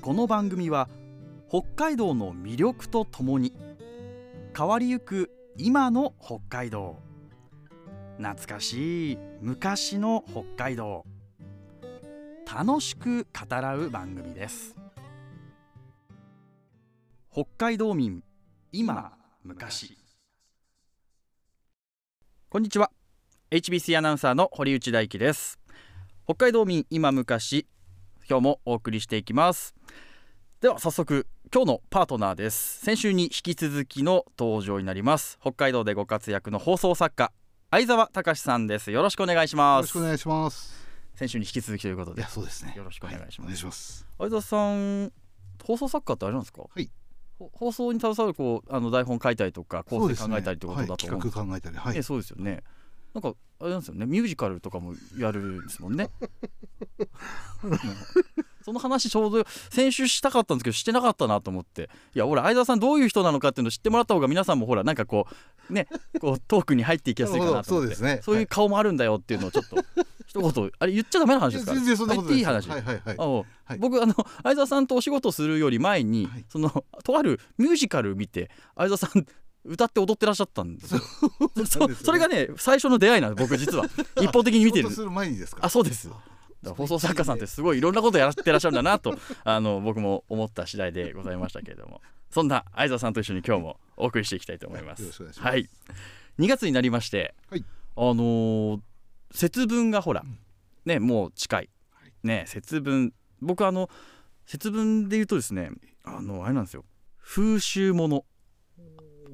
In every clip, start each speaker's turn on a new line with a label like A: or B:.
A: この番組は北海道の魅力とともに変わりゆく今の北海道懐かしい昔の北海道楽しく語らう番組です北海道民今昔こんにちは HBC アナウンサーの堀内大輝です北海道民今昔今日もお送りしていきますでは早速今日のパートナーです先週に引き続きの登場になります北海道でご活躍の放送作家相沢隆さんですよろしくお願いし
B: よ
A: ま
B: ろし
A: す
B: くお願いします。
A: 先週に引き続きということ
B: い
A: で
B: や、そうですね。
A: よろしくお願いします
B: はお願いします。
A: 相田さん放送作家ってあれなんですか、
B: はい
A: ほ放送に携わるこうあの台本書いたりとか構成考えたりってことだと思うん
B: そうですねはい、
A: です
B: 企画考えたり、はい。
A: ねそうですよねなんかあれなんですよねミュージカルとかもやるんですもんね もうその話ちょうど先週したかったんですけどしてなかったなと思っていや俺相田さんどういう人なのかっていうの知ってもらった方が皆さんもほらなんかこうねこうトークに入っていきやすいかなと思って
B: なるほどそうですね
A: そういう顔もあるんだよっていうのをちょっと 一言あれ言っちゃダメな話
B: い
A: で
B: や
A: すから
B: 全然そんなこと
A: あいい話、
B: はいはいは
A: あ
B: い。
A: の
B: はい
A: 僕あの相沢さんとお仕事するより前に、
B: はい
A: そのとあるミュージカル見て相沢さん歌って踊ってらっしゃったんですよそ
B: そうですよね
A: それがね最初の出会いなんです僕実 は一方的に見てる
B: 仕事する前にですか。
A: あそうですだから放送作家さんってすごいいろんなことやってらっしゃるんだなと あの僕も思った次第でございましたけれどもそんな相沢さんと一緒に今日もお送りしていきたいと思います
B: よろしくお願いします
A: はい、2月になりまして、
B: はい
A: あのー節分がほら、
B: うん
A: ねもう近い
B: はい、
A: ね節分僕あの節分で言うとですねあのあれなんですよ風習もの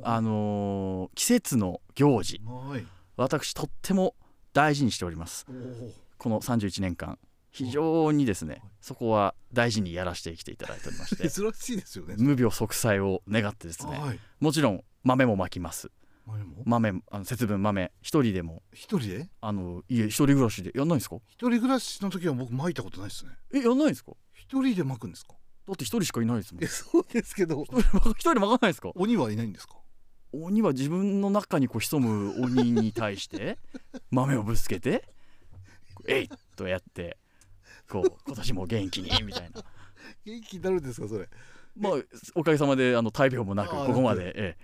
A: あのー季節の行事
B: はい。
A: 私とっても大事にしております
B: おお。
A: この31年間非常にですねそこは大事にやらせてきていただいておりま して
B: 珍しいですよね。
A: 無病息災を願ってですね
B: はい。
A: もちろん豆もまきます
B: 前も
A: 豆あの節分豆一人でも
B: 一人で
A: あの家一人暮らしでやんないんですか
B: 一人暮らしの時は僕巻いたことないですね。
A: えやんないんですか
B: 一人で巻くんですか。
A: だって一人しかいないですもん
B: え、そうですけど。
A: 一人でまかないですか
B: 鬼はいないんですか。
A: 鬼は自分の中にこう潜む鬼に対して 豆をぶつけて「えい!」とやってこう今年も元気にみたいな
B: 元気になるんですかそれ。
A: まあおかげさまであの大病もなく
B: あー
A: ここま
B: な
A: で、え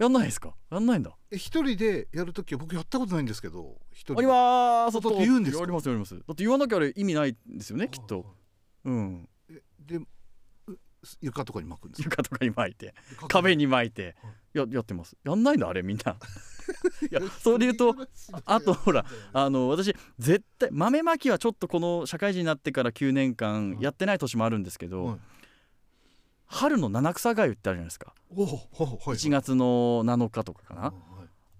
A: え、やんないですかやんないんだ
B: え、一人でやる時は僕やったことないんですけど。一人
A: あ
B: で
A: りまーす
B: だって言うんですか
A: ありますよありますだって言わなきゃあれ意味ないんですよねきっと。うん
B: あーえで、う床とかに巻くんですか。
A: 床とかに巻いて壁
B: に。
A: に巻いて
B: はい
A: ややってますやんないのあれみん ないやそれで言うとあとほらあの私絶対豆まきはちょっとこの社会人になってから9年間やってない年もあるんですけど、
B: はい
A: 春の七草がゆってあるじゃないですか
B: おお、はいはい。
A: 1月の7日とかかな、
B: はい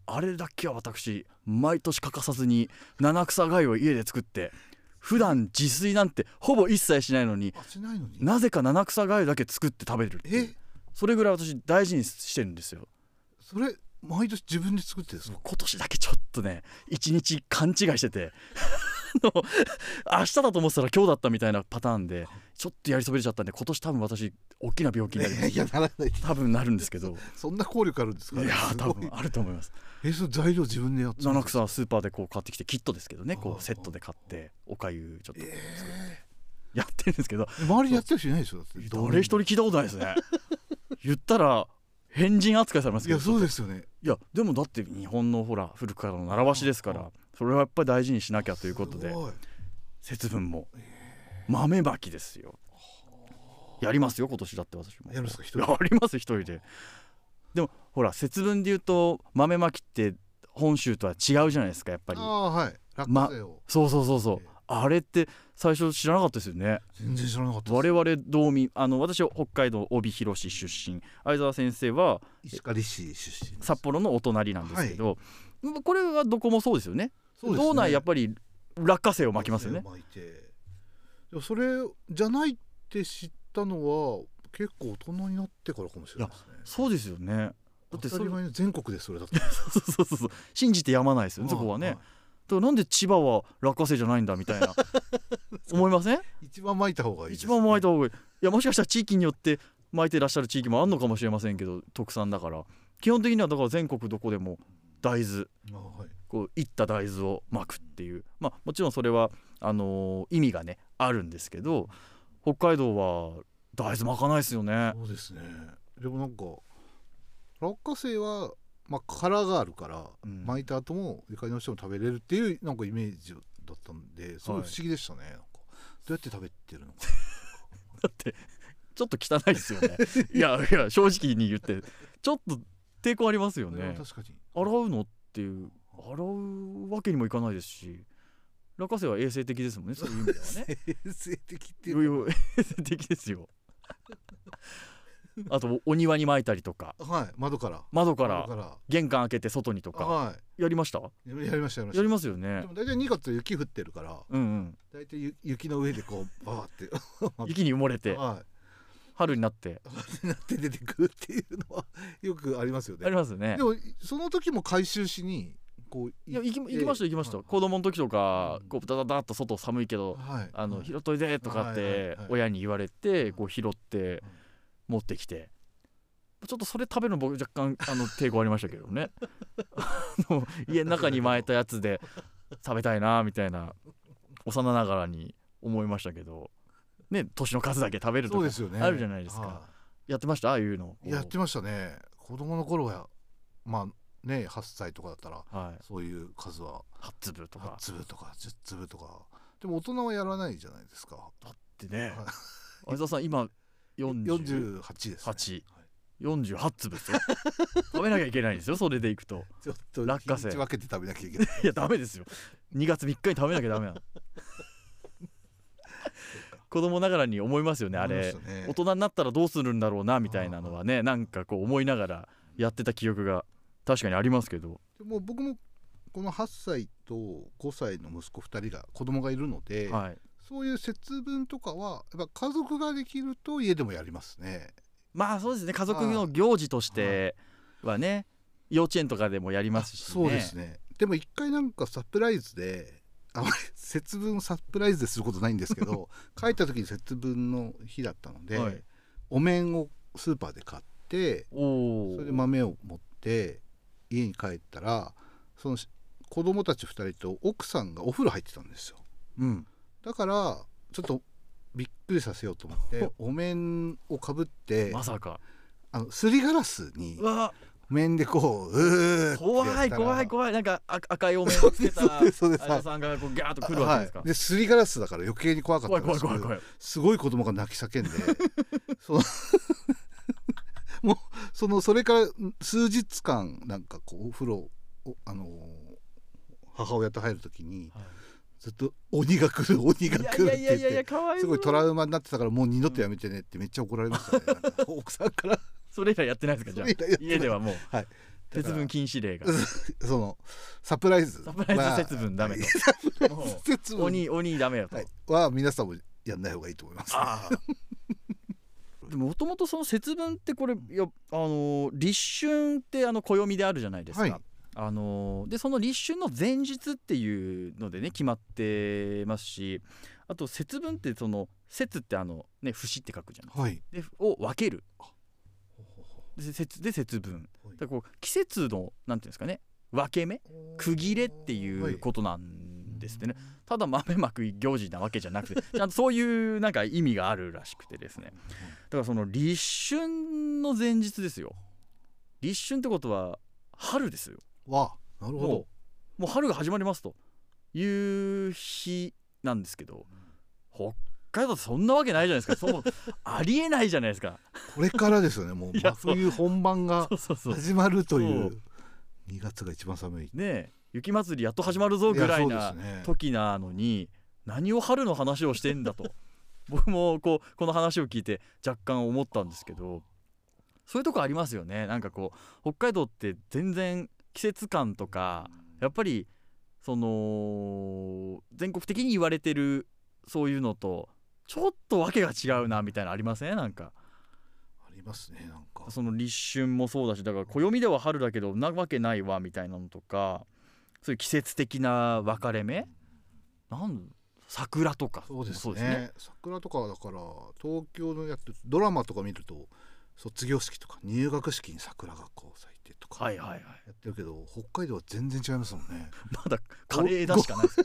A: あれだけは私毎年欠かさずに七草がゆを家で作って普段自炊なんてほぼ一切しないのに
B: あしないのに。
A: なぜか七草がゆだけ作って食べるっていう
B: え、
A: それぐらい私大事にしてるんですよ
B: それ毎年自分で作ってですか。
A: 今年だけちょっとね一日勘違いしてて あの明日だと思ってたら今日だったみたいなパターンでちょっとやりそびれちゃったんで今年多分私大きな病気になります
B: いやならない。
A: 多分なるんですけど
B: そんな効力あるんです
A: い
B: か。
A: や
B: す
A: ー
B: ご
A: 多
B: い
A: 分あると思います
B: え、その材料自分でやって。
A: 七。草はスーパーでこう買ってきてキットですけどね
B: あ
A: こ
B: あ
A: うセットで買っておかゆちょっと
B: え
A: やってるんですけど
B: ー周りでやってる人いないでしょ。だって
A: 誰一人。聞いたことないです ね言ったら変人扱いされます
B: い
A: けど
B: やそうですよね。
A: いやでもだって日本のほら古くからの習わしですか
B: あ
A: らそれはやっぱり大事にしなきゃということです
B: ごい
A: 節分も豆まきですよやりますよ今年だって私も
B: やるんですか一人
A: や
B: で。
A: ります一人ででもほら節分で言うと豆まきって本州とは違うじゃないですかやっぱり
B: ああはい。落
A: ま
B: 花生を。
A: そうそうそうそう
B: ええ
A: あれって最初知らなかったですよね
B: 全然知らなかったです。
A: 我々道民あの私は北海道帯広市出身相沢先生は
B: 石狩市出身です。
A: 札幌のお隣なんですけど、これはどこもそうですよね
B: そうですね
A: 道内やっぱり落花生を巻きますよね
B: 巻いてでもそれじゃないって知ったのは結構大人になってからかもしれないですね
A: そうですよねだ
B: だ
A: っ
B: ってて
A: そ
B: そ
A: れ
B: れ前に全国でそれだったんです
A: そうそうそうそう信じてやまないですよ ね
B: よ
A: そこはね、
B: はい
A: だからなんで千葉は落花生じゃないんだみたい な思いません
B: 一番巻いた方がいいで
A: 一
B: すね、
A: 番巻いた方がいいいやもしかしたら地域によって巻いてらっしゃる地域もあるのかもしれませんけど特産だから基本的にはだから全国どこでも大豆
B: あはい
A: こういった大豆をまくっていうまあもちろんそれはあのー意味がねあるんですけど北海道は大豆まかないですよね
B: そうですねでもなんか落花生は、まあ、殻があるから、
A: うん
B: 巻いた後も床にのしても食べれるっていうなんかイメージだったんですごい不思議でしたね、なんかどうやって食べてるのか
A: だってちょっと汚いですよ ねいやいや正直に言ってちょっと抵抗ありますよ
B: な、
A: ね
B: 確かに
A: 洗うのっていう洗うわけにもいかないですし落花生は衛生的ですもんねそういう意味ではね
B: 衛生的って
A: い
B: い
A: よいうよ 衛生的です よあとお庭に撒いたりとか
B: かはい窓から
A: 窓から
B: 窓
A: 玄関開けて外にとか
B: は
A: やりました
B: いややりましたや
A: や
B: りまし
A: りますよ
B: た
A: ね
B: でも大体2月雪降ってるから
A: うんうん
B: 大体ゆ雪の上でこうバーって
A: 雪に埋もれて
B: は
A: 春になって
B: い、なって出てくるっていうのはよくありますよね
A: ありますよね
B: でもその時も回収しにこう
A: いや行き行きました行きました
B: はい
A: 子供の時とか
B: うん
A: こうダダダっと外寒いけど
B: はい
A: あの
B: はい
A: 拾っといでとかっ
B: はいはい
A: て
B: はい
A: 親に言われてこう拾って持ってきてちょっとそれ食べるの僕若干あ の抵抗ありましたけどねあの家の中に巻いたやつで食べたいなみたいな幼ながらに思いましたけどね年の数だけ食べると
B: そう
A: か
B: ですよね
A: あるじゃないですか
B: は
A: やってましたああいうの
B: いやってましたね子供の頃はまあね8歳とかだったら
A: はい
B: そういう数は
A: 8粒と
B: 8
A: か
B: 粒とか10粒とかでも大人はやらないじゃないですか
A: だって ね
B: はい
A: 相沢さん今40
B: 48です、ね、
A: 八
B: はい
A: 48粒ですよ食べなきゃいけないんですよそれでいくと
B: ちょっと
A: 落花生
B: 日にち分けて食べなきゃいけない
A: いやダメですよ2月3日に食べなきゃダメなの子供ながらに思いますよねあれ
B: 思いましたね
A: 大人になったらどうするんだろうなみたいなのはねなんかこう思いながらやってた記憶が確かにありますけど
B: でも僕もこの8歳と5歳の息子2人が子供がいるので、
A: はい
B: そういう節分とかはやっぱ家族ができると家でもやりますね。
A: まあそうですね家族の行事としてはね幼稚園とかでもやりますしね
B: そうですねでも一回なんかサプライズであまり節分サプライズですることないんです けど帰った時に節分の日だったので、
A: はい
B: お面をスーパーで買って
A: おお
B: それで豆を持って家に帰ったらその子供たち2人と奥さんがお風呂入ってたんですよ
A: うん
B: だからちょっとびっくりさせようと思って お面をかぶって
A: まさか
B: あのすりガラスに
A: うわ
B: 面でこううーってやった
A: 怖
B: ら
A: い怖い怖いなんかあ赤いお面をつけた
B: そうですそうです
A: 相田さんがこうギャーッと来るわけですか、
B: はい、ですりガラスだから余計に怖かっ
A: 怖
B: たん
A: い
B: です
A: 怖い
B: けど
A: 怖い怖い
B: すごい子供が泣き叫んで そのもうそのそれから数日間なんかこうお風呂をあのー母親と入るときにずっと鬼が来る鬼が来るって
A: い
B: 言
A: や
B: っ
A: いやいや
B: て
A: かわい
B: す
A: そ
B: ご
A: う
B: いトラウマになってたからもう二度とやめてねってめっちゃ怒られましたねな んか奥さんから
A: それ以来やってないですかじゃあ
B: それ以来やってない
A: 家ではもう
B: はいだか
A: 節
B: ら
A: 分禁止令が
B: そのサプライズ
A: サプライズ節分ダメと、 も
B: まあ節
A: う
B: 分
A: 鬼鬼ダメよと、
B: はい、は皆さんもやんない方がいいと思います
A: ああ でももともとその節分ってこれいやあのー立春ってあの暦であるじゃないですか、
B: はい
A: あのーでその立春の前日っていうのでね決まってますしあと節分ってその節ってあのね節って書くじゃない
B: はい
A: でを分けるで節で節分
B: はい
A: だからこう季節のなんていうんですかね分け目区切れっていうこととなんですってね、ただ豆まく行事なわけじゃなくてちゃんとそういうなんか意味があるらしくてですねだからその立春の前日ですよ立春ってことは春ですよ
B: わあなるほど
A: もうもう春が始まりますという日なんですけど北海道ってそんなわけないじゃないですかそうありえないじゃないですか
B: これからですよねもう
A: い
B: 真
A: やそう
B: 冬本番が
A: そうそう そう
B: 始まるとい
A: そう
B: 2月が一番寒い
A: ねえ雪祭りやっと始まるぞぐらい
B: いや
A: な
B: そうですね
A: 時なのに何を春の話をしてんだと 僕もこうこの話を聞いて若干思ったんですけどそういうとこありますよねなんかこう北海道って全然季節感とかやっぱりその全国的に言われてるそういうのとちょっとわけが違うなみたいなのありませんなんか
B: ありますねなんか
A: その立春もそうだしだから暦では春だけどなわけないわみたいなのとかそういう季節的な分かれ目なん桜とか
B: そうです
A: も
B: ね桜とかだから東京のやってドラマとか見ると卒業式とか入学式に桜がこう咲いてとか
A: はい
B: や
A: はいはい
B: ってるけど北海道は全然違いますもん ね
A: まだカレーだしかないです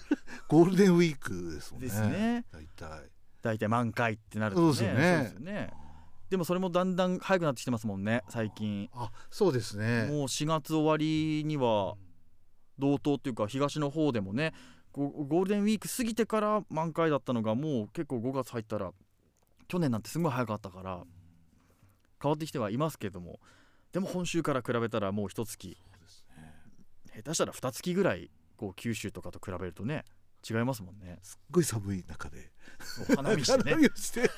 B: ゴールデンウィークですもんね
A: ですね
B: 大体
A: 大体満開ってなるとね
B: そうですよね
A: そうですよねでもそれもだんだん早くなってきてますもんね最近
B: あそうですね
A: もう4月終わりには道東というか東の方でもねゴゴールデンウィーク過ぎてから満開だったのがもう結構5月入ったら去年なんてすごい早かったから変わってきてはいますけどもでも本州から比べたらもう一月
B: そうですね
A: 下手したら二月ぐらいこう九州とかと比べるとね違いますもんね
B: すっごい寒い中で
A: お花見してね
B: 花見をして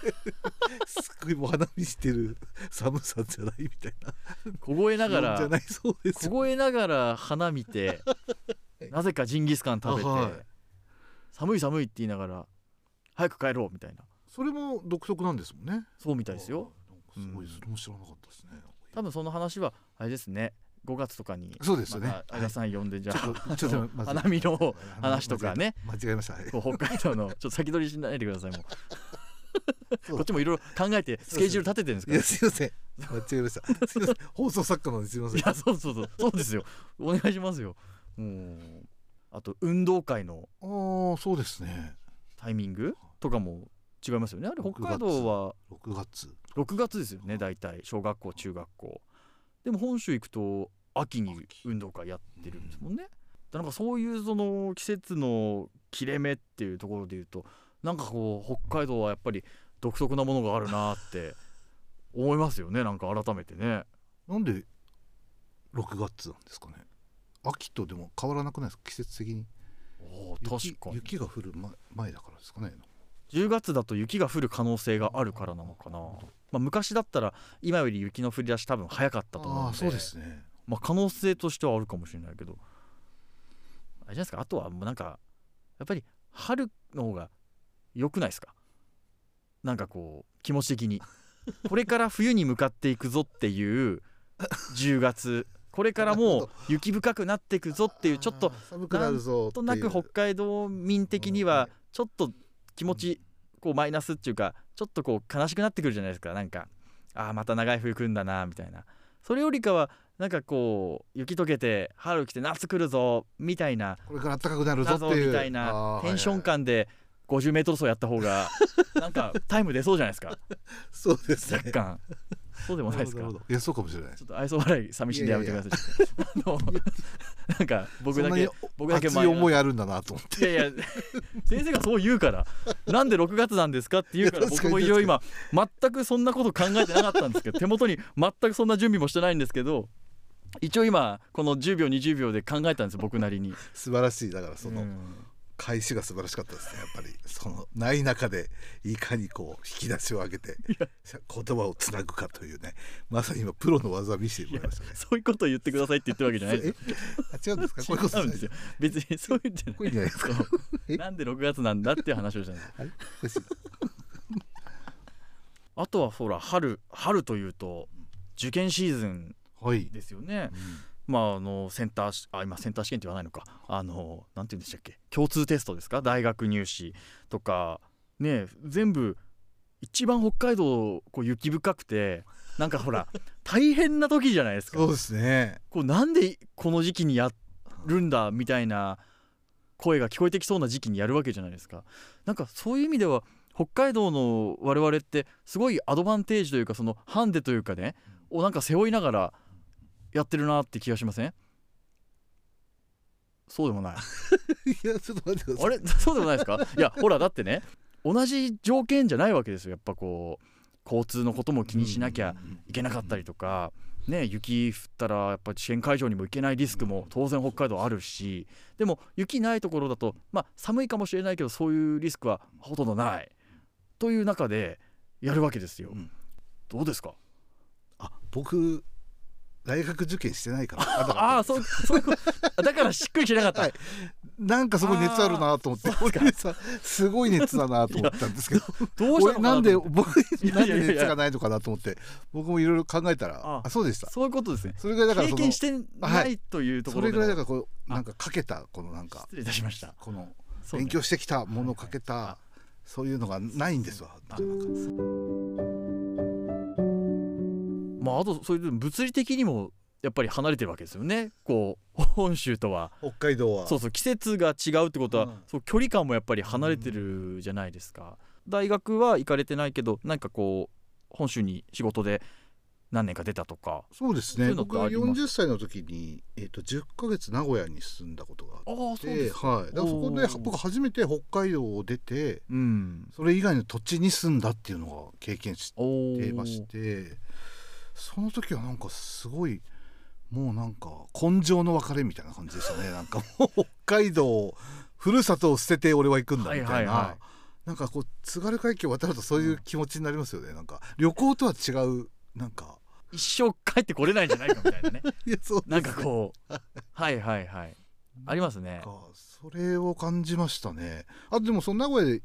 B: すっごいもう花見してる寒さじゃないみたいな
A: 凍えなが
B: 気温じゃ
A: ら
B: ないそうですよ
A: 凍えながら花見 てなぜかジンギスカン食べて、
B: あはい
A: 寒い寒いって言いながら早く帰ろうみたいな
B: それも独特なんですもんね
A: そうみたいですよ
B: あなんかすごいそれも知らなかったですね、
A: 多分その話はあれですね5月とかに
B: そうですよね
A: また相田さん呼んでじゃあ、
B: ちょっとちょっと
A: あの
B: まず
A: 花見の話とかね
B: 間違え間違えましたはい
A: こう北海道のちょっと先取りしないでくださいもう
B: そう
A: こっちもいろいろ考えてスケジュール立ててるんです
B: い
A: から
B: やすいません間違えましたすいません放送作家なのですいません
A: いやそうそうそうそうですよお願いしますようんあと運動会の
B: ああそうですね
A: タイミングとかも違いますよねあれ北海道は
B: 6月
A: 6月ですよね大体小学校中学校でも本州行くと秋に運動会やってるんですもんね、だからなんかそういうその季節の切れ目っていうところで言うとなんかこう北海道はやっぱり独特なものがあるなって思いますよねなんか改めてね
B: なんで6月なんですかね秋とでも変わらなくないですか季節的に
A: おー
B: 雪
A: 確かに
B: 雪が降る前前だからですかね
A: 10月だと雪が降る可能性があるからなのかな、まあ、昔だったら今より雪の降り出し多分早かったと思う
B: あ
A: の
B: あ
A: で
B: そうですね
A: まあ、可能性としてはあるかもしれないけどあれじゃないですかあとはもうなんかやっぱり春の方が良くないですかなんかこう気持ち的にこれから冬に向かっていくぞっていう10月これからもう雪深くなっていくぞっていうちょっと
B: あー寒くなるぞ
A: なんとなく北海道民的にはちょっと気持ちこうマイナスっていうかちょっとこう悲しくなってくるじゃないですかなんかああまた長い冬来るんだなみたいなそれよりかはなんかこう雪解けて春来て夏来るぞみたいな
B: これから暖かくなるぞって
A: 謎
B: いう
A: みたい
B: あー
A: な
B: はい
A: テンション感で 50m 走やった方がなんかタイム出そうじゃないですか
B: そうですね
A: 若干そうでもないです
B: な
A: か
B: るほどいやそうかもしれない
A: ちょっと愛想笑い寂しいんでやめてくださいちょっとあのなんか僕だ
B: そんなに
A: け僕だけ
B: 熱い思いあるんだなと思っ て
A: いやいや先生がそう言うからなんで6月なんですかって言うから
B: いや
A: 僕もいろいろ今全くそんなこと考えてなかったんですけ ど手元に全くそんな準備もしてないんですけど一応今この10秒20秒で考えたんです僕なりに
B: 素晴らしいだからその、
A: うん
B: 返しが素晴らしかったですねやっぱりそのない中でいかにこう引き出しを上げて言葉をつなぐかというねまさに今プロの技を見せてもらいましたね
A: そういうことを言ってくださいって言ってるわけじゃないです
B: えあ違うんです かこういうことじ
A: 違
B: ゃ
A: う
B: なんい
A: ですよ別にそういうんじゃない
B: こういうんじゃないですかえ
A: なんで6月なんだっていう話をしたんです
B: あれおかしい
A: あとはほら春春というと受験シーズン
B: はい、
A: ですよね
B: うん
A: まあ、あのセンター試あ今センター試験って言わないのかあのなんて言うんでしたっけ共通テストですか大学入試とかね全部一番北海道こう雪深くてなんかほら大変な時じゃないですか
B: そうですね
A: こうなんでこの時期にやるんだみたいな声が聞こえてきそうな時期にやるわけじゃないですかなんかそういう意味では北海道の我々ってすごいアドバンテージというかそのハンデというかねをなんか背負いながらやってるなって気がしませんそうでもない
B: いやちょっと待ってください
A: あれ そうでもないですかいやほらだってね同じ条件じゃないわけですよやっぱこう交通のことも気にしなきゃ行けなかったりとか、ね、雪降ったらやっぱり試験会場にも行けないリスクも当然北海道あるしでも雪ないところだと、まあ、寒いかもしれないけどそういうリスクはほとんどないという中でやるわけですよ。
B: うん
A: どうですか
B: あ僕大学受験してないからあだから
A: ああそうそういうこと だからしっくりしなかった、
B: はいなんかすごい熱あるなと思って
A: あーそうか
B: 俺さすごい熱だなと思ったんですけど
A: どうしたの
B: 俺
A: かな
B: なんで
A: と思って
B: 僕
A: いや
B: なん
A: いやいや
B: で熱がないのかなと思って僕もいろいろ考えたら
A: あ
B: あそうでした
A: そういうことですね
B: それぐらいだから
A: 経
B: そ
A: 験
B: の
A: してな
B: はい
A: というとこ
B: そ
A: ろ
B: れ
A: で
B: ぐ
A: の
B: らいだからこう
A: あ
B: なんかかけたこのなんか
A: 失礼いたしました
B: この
A: そうね
B: 勉強してきたものをかけたそういうのがないんですわなかなか
A: まあ、あとそれで物理的にもやっぱり離れてるわけですよねこう本州とは
B: 北海道は
A: そうそう季節が違うってことは、
B: うん
A: そう距離感もやっぱり離れてるじゃないですか、大学は行かれてないけどなんかこう本州に仕事で何年か出たとか
B: そうです
A: そうい
B: ね
A: うのって
B: 僕
A: あります
B: 40歳の時に、えー、と10ヶ月名古屋に住んだことがあ
A: ああ
B: ってはい、だからそこで
A: おー
B: 僕初めて北海道を出て
A: うん
B: それ以外の土地に住んだっていうのが経験し
A: お
B: てま
A: ー
B: してその時はなんかすごいもうなんか根性の別れみたいな感じでしたねなんかもう北海道ふるさとを捨てて俺は行くんだみたいな、
A: はいはいは
B: なんかこう津軽海峡渡るとそういう気持ちになりますよねなんか旅行とは違うなんか
A: 一生帰ってこれないんじゃないかみたい なね
B: いやそう
A: なんかこうはいはいはいありますね
B: かそれを感じましたねあでもその名古屋で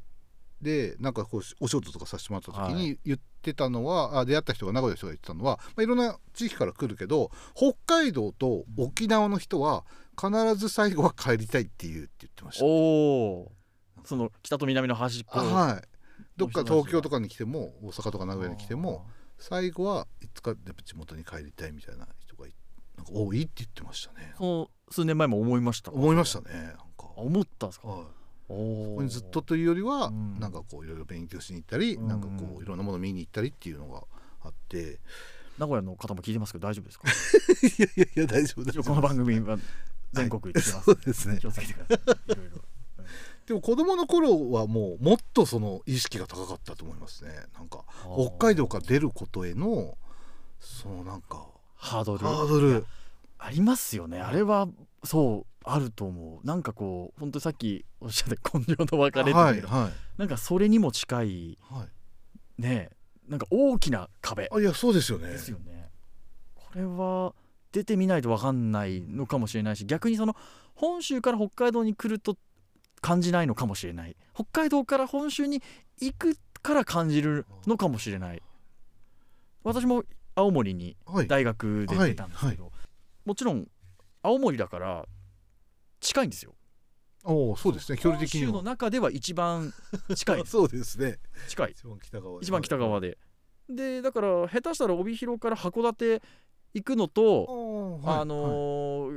B: でなんかこうお仕事とかさせてもらった時
A: は
B: に言ってたのは、あ出会った人が名古屋の人が言ってたのは、まあ、いろんな地域から来るけど北海道と沖縄の人は必ず最後は帰りたいっていうって言ってました
A: おおーその北と南の端っこ
B: あはいどっか
A: もう一つの話が
B: 東京とかに来ても大阪とか名古屋に来ても最後はいつかやっぱ地元に帰りたいみたいな人がいなんか多いって言ってましたね
A: その数年前も思いました
B: 思いましたたねなんか、
A: 思ったんですか
B: はい
A: こ
B: ここにずっとというよりは、
A: うん
B: なんかこういろいろ勉強しに行ったり、
A: うん
B: なんかこういろんなもの見に行ったりっていうのがあって、い
A: 名古屋の方も聞いてますけど大丈夫 ですか
B: やいやいや大丈夫大
A: 一
B: 丈
A: 応
B: 夫
A: この番組は全国行ってます、
B: そうですね
A: 気をつけてくださいいろいろ
B: でも子供の頃はもうもっとその意識が高かったと思いますねなんか北海道から出ることへのそのなんか
A: ハードル
B: ハードル
A: ありますよねあれはそうあると思うなんかこう本当にさっきおっしゃった根性の別れっていうの、
B: はいは
A: なんかそれにも近い
B: いはい
A: ねなんか大きな壁
B: あいやそうですよね
A: ですよねこれは出てみないと分かんないのかもしれないし逆にその本州から北海道に来ると感じないのかもしれない北海道から本州に行くから感じるのかもしれない私も青森に
B: はい
A: 大学で出たんですけど、
B: はい
A: もちろん青森だから近いんですよ
B: おおそうですね距離的に
A: 本州の
B: は
A: 中では一番近いです
B: そうですね
A: 近い
B: 一番北側で
A: 一番北側ででだから下手したら帯広から函館行くのと
B: おーはい
A: あの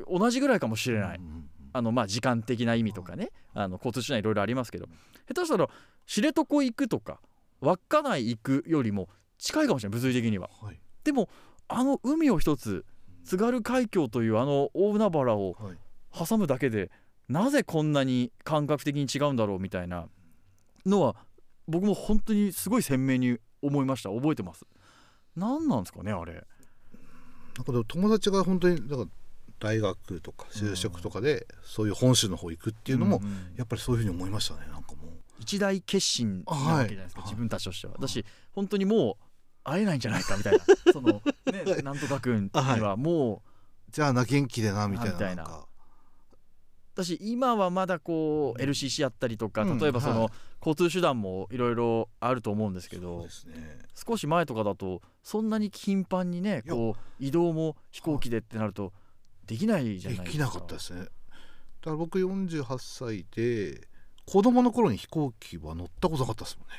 A: ー同じぐらいかもしれ
B: は
A: ないい
B: うんうんうん
A: あのまあ時間的な意味とかねあの交通手段いろいろありますけど下手したら知床行くとか稚内行くよりも近いかもしれない物理的には
B: はい
A: でもあの海を一つ津軽海峡というあの大海原を
B: はい
A: 挟むだけでなぜこんなに感覚的に違うんだろうみたいなのは僕も本当にすごい鮮明に思いました覚えてます何なんですかねあれ
B: なんかでも友達が本当にだから大学とか就職とかでそういう本州の方行くっていうのも
A: んん
B: やっぱりそういうふうに思いましたねなんかもう
A: 一大決心なわけじゃないですか、
B: はい
A: 自分たちとしては、
B: い
A: だし本当にもう会えないんじゃないかみ たいなそのねなんとか君に
B: はい
A: はも
B: じゃあな元気でなみた
A: あ
B: いな
A: みたいな
B: なんか
A: うだし今はまだこう LCC やったりとか
B: うん
A: 例えばその、
B: はい
A: 交通手段もいろいろあると思うんですけ
B: そう
A: ど
B: ですね
A: 少し前とかだとそんなに頻繁にね
B: いや
A: こう移動も飛行機でってなるとできないじゃ
B: で
A: ないです
B: き
A: か。
B: なかったですねだから僕48歳で子供の頃に飛行機は乗ったことなかったですもんね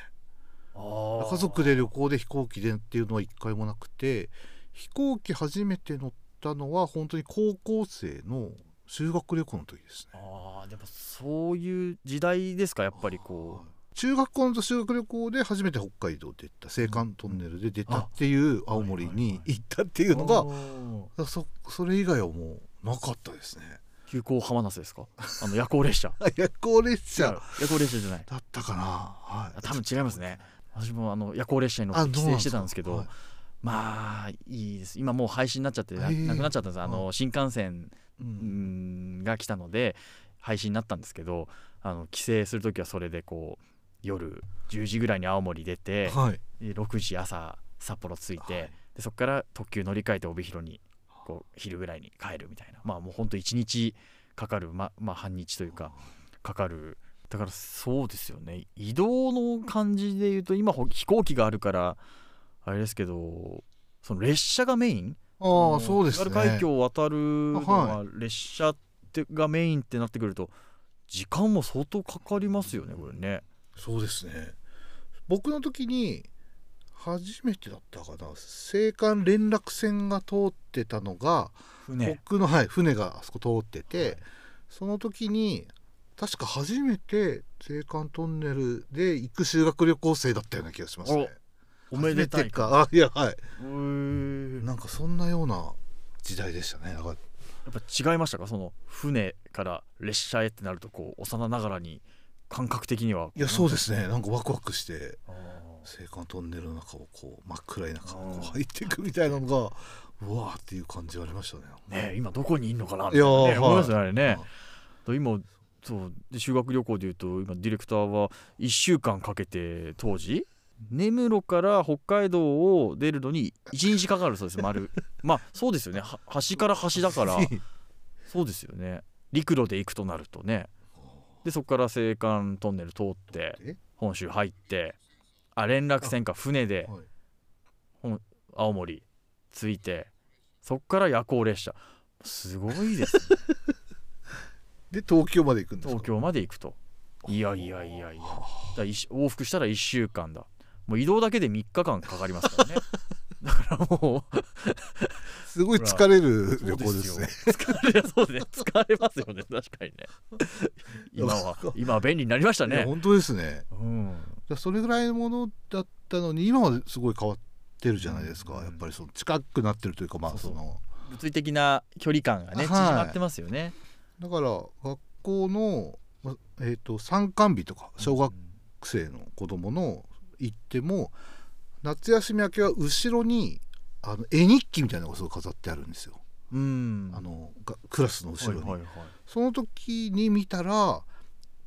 A: あー
B: 家族で旅行で飛行機でっていうのは一回もなくて飛行機初めて乗ったのは本当に高校生の修学旅行の時ですね
A: あーでもそういう時代ですかやっぱりこ
B: 中学校の修学旅行で初めて北海道出た青函トンネルで出たっていう青森に行ったっていううのがだ
A: あ
B: か
A: ー
B: らそそれ以外はもうなかったですね
A: 急行浜那須ですかあの夜行列 車
B: 夜行列車
A: 夜行列車じゃない
B: だったかなはい
A: 多分違いますね私もあの夜行列車に乗
B: あ
A: って帰
B: どうなん
A: 省
B: で
A: して
B: すか
A: たんですけど
B: はい
A: まあいいです今もう廃止になっちゃってな
B: へー
A: なくなっちゃったんですあの、
B: は
A: 新幹線
B: う
A: うんんが来たので廃止になったんですけどあの帰省する時はそれでこう夜10時ぐらいに青森出て、
B: はい
A: で6時朝札幌着いて、
B: はい
A: でそこから特急乗り換えて帯広にこう昼ぐらいに帰るみたいなまあもうほんと1日かかるままあ半日というかかかるだからそうですよね移動の感じで言うと今ほ飛行機があるからあれですけどその列車がメイン
B: あ
A: の
B: あそうです
A: 津
B: ね
A: 軽海峡を渡るの
B: あ
A: は列車ってがメインってなってくると時間も相当かかりますよねこれね。
B: そうですね僕の時に初めてだったかな青函連絡船が通ってたのが
A: 船
B: 僕の、はい、船があそこ通ってて、
A: はい
B: その時に確か初めて青函トンネルで行く修学旅行生だったような気がしますね。
A: おめでた
B: 初めて
A: いか
B: かあいやはいう
A: ーや
B: なんかそんなような時代でしたねなんか
A: っぱ違いましたかその船から列車へってなるとこう幼ながらに感覚的にはい
B: やそうですねなんかワクワクして
A: あー
B: 青函トンネルの中をこう真っ暗い中
A: う
B: を
A: ん
B: こう入っていくみたいなのがうわーっていう感じはありましたね
A: ねえ今どこにいんのかなみ
B: い
A: たい
B: や
A: な
B: ー
A: ね思いますねあれね
B: はい
A: と今そうで修学旅行でいうと今ディレクターは1週間かけて当時根室から北海道を出るのに1日かかるそうです丸 まあそうですよねは端から端だ からそうですよね陸路で行くとなるとねでそこから青函トンネル通って
B: え
A: 本州入ってあ連絡船か船で
B: はい
A: 青森着いてそこから夜行列車すごいですね
B: で東京まで行くんですか
A: 東京まで行くといやいやいやいや
B: は
A: だから一往復したら1週間だもう移動だけで3日間かかりますからね だからもう
B: あすごい疲れる
A: そう
B: 旅行ですね
A: よ 疲れそうね疲れますよね確かに ね今は今は便利になりました
B: いや
A: ね、
B: 本当ですね
A: うん、
B: だからそれぐらいのものだったのに今はすごい変わってるじゃないですか、
A: うん
B: やっぱりその近くなってるというかまあ
A: そう
B: そ
A: そう
B: の
A: 物理的な距離感がね
B: はい
A: 縮まってますよね、
B: だから学校の、まえー、と参観日とか小学生の子供の行っても夏休み明けは後ろにあの絵日記みたいなのがすごい飾ってあるんですよ、
A: うん
B: あのがクラスの後ろに、
A: はいはいはい
B: その時に見たら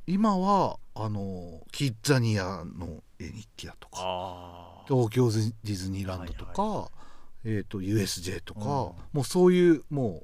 B: 今はあのキッザニアの絵日記だとか
A: あー
B: 東京ディズニーランドとか、えー、と USJ とか、
A: うん
B: もうそういうもう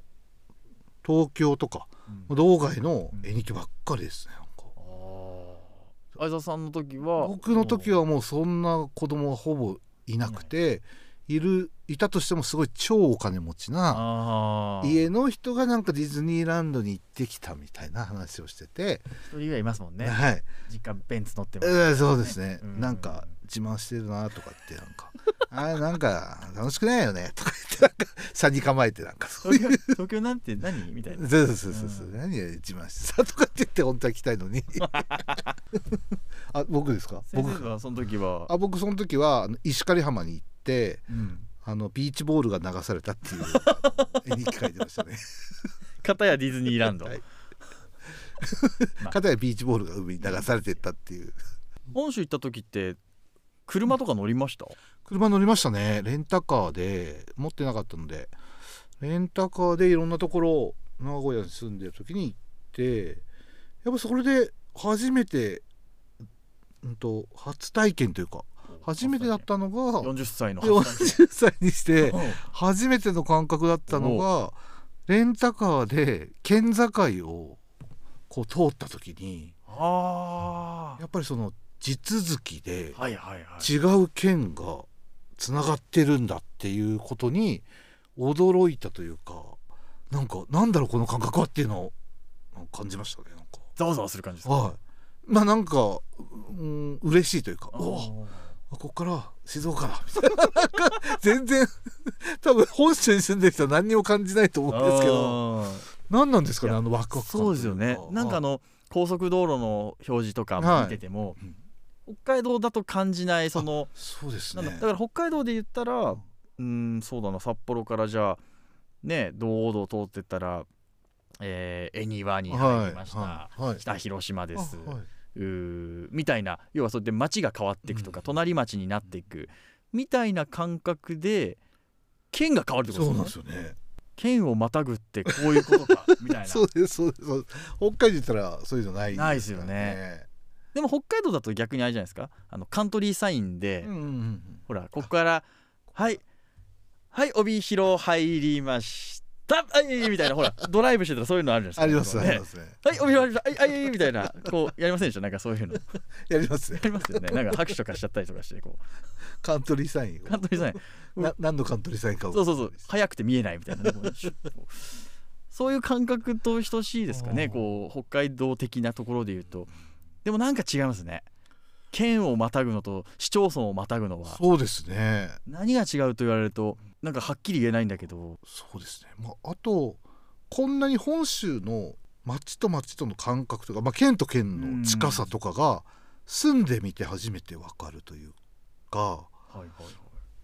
B: 東京とか
A: うんあ
B: 道外の絵日記ばっかりですねなんか
A: ー相沢さんの時は
B: 僕の時はもうそんな子供はほぼいなくて、いるいたとしてもすごい超お金持ちな
A: ああ
B: 家の人がなんかディズニーランドに行ってきたみたいな話をしてて、
A: 一人はいますもんね
B: はい、
A: 実家ベンツ乗って
B: え
A: ます
B: ーそうですね、
A: うん
B: なんか自慢してるなとかってなんか あーなんか楽しくないよねとか言ってなんか差に構えてなんかそういう
A: 東京東京なんて何みたいな
B: そうそうそうそう、
A: うん
B: 何自慢してさとかって言って本当は来たいの にあ僕ですか
A: 先
B: 僕
A: 生はその時は
B: あ僕その時はあの石狩浜に行って
A: うん
B: あのビーチボールが流され たっていう絵日記書いてましたね
A: 片やディズニーランド
B: はい
A: まあ
B: 片やビーチボールが海に流されてったっていう
A: 本州行った時って車とか乗りました
B: 車乗りましたねレンタカーで持ってなかったのでレンタカーでいろんなところ名古屋に住んでる時に行ってやっぱそれで初めて、うん、と初体験というか初めてだったのが
A: 40歳の
B: 40歳にして
A: うん
B: 初めての感覚だったのがレンタカーで県境をこう通った時に
A: あ
B: やっぱりその地続きで
A: あはいはいはい
B: 違う県がつながってるんだっていうことに驚いたというかなんかなんだろうこの感覚はっていうのをなんか感じましたねなんか。
A: ざわざわする感じですか
B: はいまあなんか、うん、嬉しいというか
A: あー
B: おおあこっから静岡だみたいななんか全然多分本州に住んでる人は何にも感じないと思うんですけど
A: あー
B: 何なんですかね
A: いや
B: あのワクワク感とい
A: そうですよねなんかあの高速道路の表示とかも見てても、
B: いうん
A: 北海道だと感じないその
B: そうです
A: なん
B: ね
A: だだから北海道で言ったらうんそうだな札幌からじゃあね道央道通ってったら、えー、恵庭に入りました、
B: はいはいはい
A: 北広島です、
B: あはいう
A: ーみたいな要はそれで町が変わっていくとか、
B: うん
A: 隣町になっていくみたいな感覚で県が変わるってこと
B: そうなん
A: で
B: ですす
A: よね
B: よね
A: 県をまたぐってこういうことかみたいな
B: そうですそうですそうです北海道行ったらそういうのない
A: ないですよねでも北海道だと逆にあれじゃないですかあのカントリーサインで、
B: うんうんうん
A: ほらここからはいはい帯広入りましたはいみたいな ほらドライブしてたらそういうのあるじゃ
B: あ
A: ない
B: り
A: で
B: ますす
A: か
B: ありますね
A: はい帯広入りましたはいはいみたいなこうやりませんでしたなんかそういうのや
B: やりますね
A: りますよねなんか拍手とかしちゃったりとかしてこ
B: カントリーサイン
A: う
B: を
A: カントリーサイン
B: な何のカントリーサインかを
A: そうそうそう早くて見えないみたいなねこうそういう感覚と等しいですかね
B: うん
A: こう北海道的なところで言うとでもなんか違いますね県をまたぐのと市町村をまたぐのは
B: そうですね
A: 何が違うと言われるとなんかはっきり言えないんだけど
B: そうですね、まあ、あとこんなに本州の町と町との感覚とか、まあ、県と県の近さとかが住んでみて初めて分かるというか
A: はいはいはい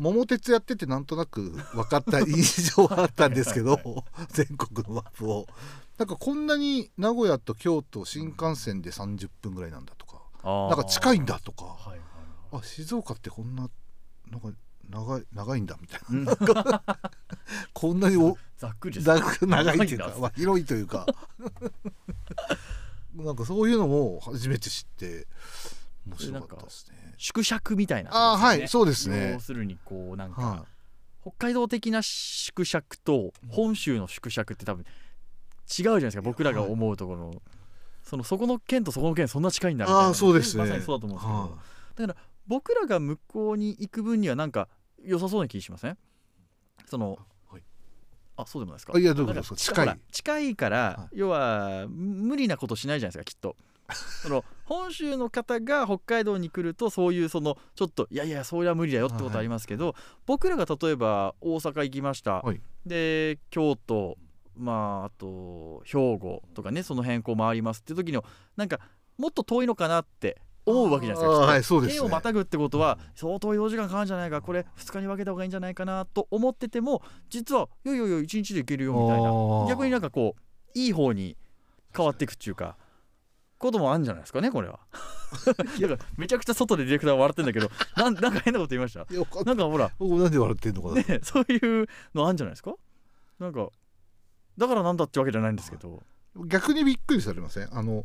B: 桃鉄やっててなんとなく分かった印象はあったんですけど全国のマップをなんかこんなに名古屋と京都新幹線で30分ぐらいなんだとか、
A: あー
B: なんか近いんだとか
A: はいはい
B: あ静岡ってこんななんか長い長いんだみたいな
A: うん
B: こんなにお
A: ざっくりです
B: 長く長いっていう
A: 長いん
B: か
A: だ、
B: まあ、広いというか なんかそういうのも初めて知って面白かったですね。
A: 縮尺みたいな、
B: ああはいそうですね
A: 要。するにこうなんか、
B: は
A: 北海道的な縮尺と本州の縮尺って多分違うじゃないですか僕らが思うところの、そのそこの県とそこの県そんな近いんだみたいな
B: あーそうですね
A: まさにそうだと思
B: い、
A: うんですけど、
B: は
A: 僕らが向こうに行く分にはなんか良さそうな気しませんその、
B: はい
A: あそうでもないですか
B: あいやどういうことですか
A: なんほ
B: 近い
A: ら近いから、
B: は
A: 要は無理なことしないじゃないですかきっとその 本州の方が北海道に来るとそういうそのちょっといやいやそりゃ無理だよってことありますけど、僕らが例えば大阪行きました、
B: はい
A: で京都まああと兵庫とかねその辺こう回りますっていう時のなんかもっと遠いのかなって思うわけじゃないですかき
B: あー
A: っと
B: はいそうですね
A: 県をまたぐってことは相当移動時間かかるんじゃないかこれ2日に分けた方がいいんじゃないかなと思ってても実はいやいやいや1日で行けるよみたい
B: あ
A: な
B: ー
A: 逆になんかこういい方に変わっていくっていうかこともあるんじゃないですかねこ れはなんかめちゃくちゃ外でディレクター笑ってんだけどなんなんか変なこと言いました
B: いやわかんない
A: なんかほら
B: 僕なんで笑ってんのかな、
A: ねそういうのあるんじゃないですかなんかだからなんだってわけじゃないんですけど
B: 逆にびっくりされませんあの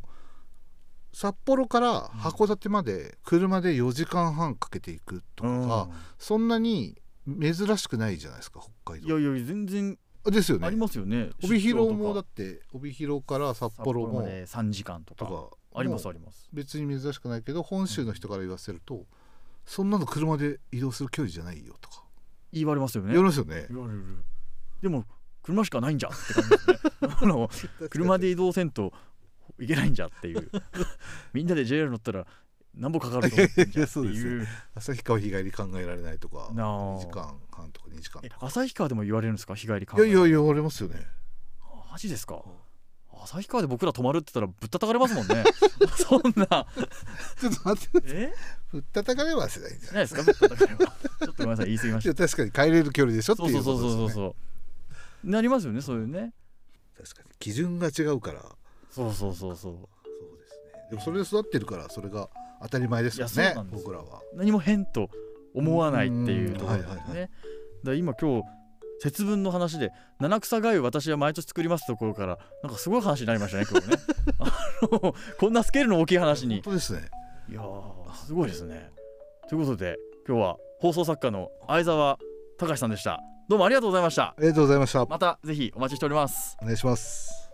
B: 札幌から函館まで車で4時間半かけていくとかが、そんなに珍しくないじゃないですか北海
A: いや
B: 道
A: いや全然
B: ですよ
A: あり
B: ね
A: ますよね
B: 帯広もだっ
A: 出
B: て帯広から札
A: 張とか札
B: 幌
A: 幌ま
B: も
A: で3時間と
B: と
A: か
B: か
A: あります
B: も
A: あ
B: う
A: ります
B: 別に珍しくないけど本州の人から言わせると、そんなの車で移動する距離じゃないよとか
A: 言われますよね
B: 言われますよね
A: 言われるでも車しかないんじゃって感じですねあの車で移動せんといけないんじゃっていうみんなで JR 乗ったら何ぼかかると思ってん
B: いやい
A: じゃ
B: や
A: って
B: そうです
A: い
B: よ
A: う
B: 旭川日帰り考えられないとか
A: なあ
B: 2時間半とか2時間
A: え
B: とか
A: 旭川でも言われるんですか日帰り
B: い
A: 考
B: や
A: え
B: いや言われますよね
A: マジですか旭川で僕ら泊まるって言ったらぶったたかれますもんねそんな
B: ちょっと待って
A: え
B: ふったたかれはせないんじゃない
A: ないですかぶったたかれはちょっとごめんなさい言い過ぎまし
B: いや
A: た
B: 確かに帰れる距離でしょって
A: そう
B: い
A: そううそ
B: こ
A: うそ
B: と
A: うそう
B: ですね
A: そうなりますよねそういうね
B: 確かに基準が違うから
A: そうそうそうそう
B: そうですねでもそれで育ってるからそれが当たり前ですよ
A: いや
B: ね
A: そうなんですよ
B: 僕らは
A: 何も変と思わないっていうところですね。
B: うんはいはい
A: だから今今日節分の話で七草がゆ私は毎年作りますところからなんかすごい話になりましたね今日ね あのこんなスケールの大きい話に
B: 本当ですね
A: いやーすごいですねということで今日は放送作家の相沢隆さんでしたどうもありがとうございました
B: ありがとうございました
A: またぜひお待ちしております
B: お願いします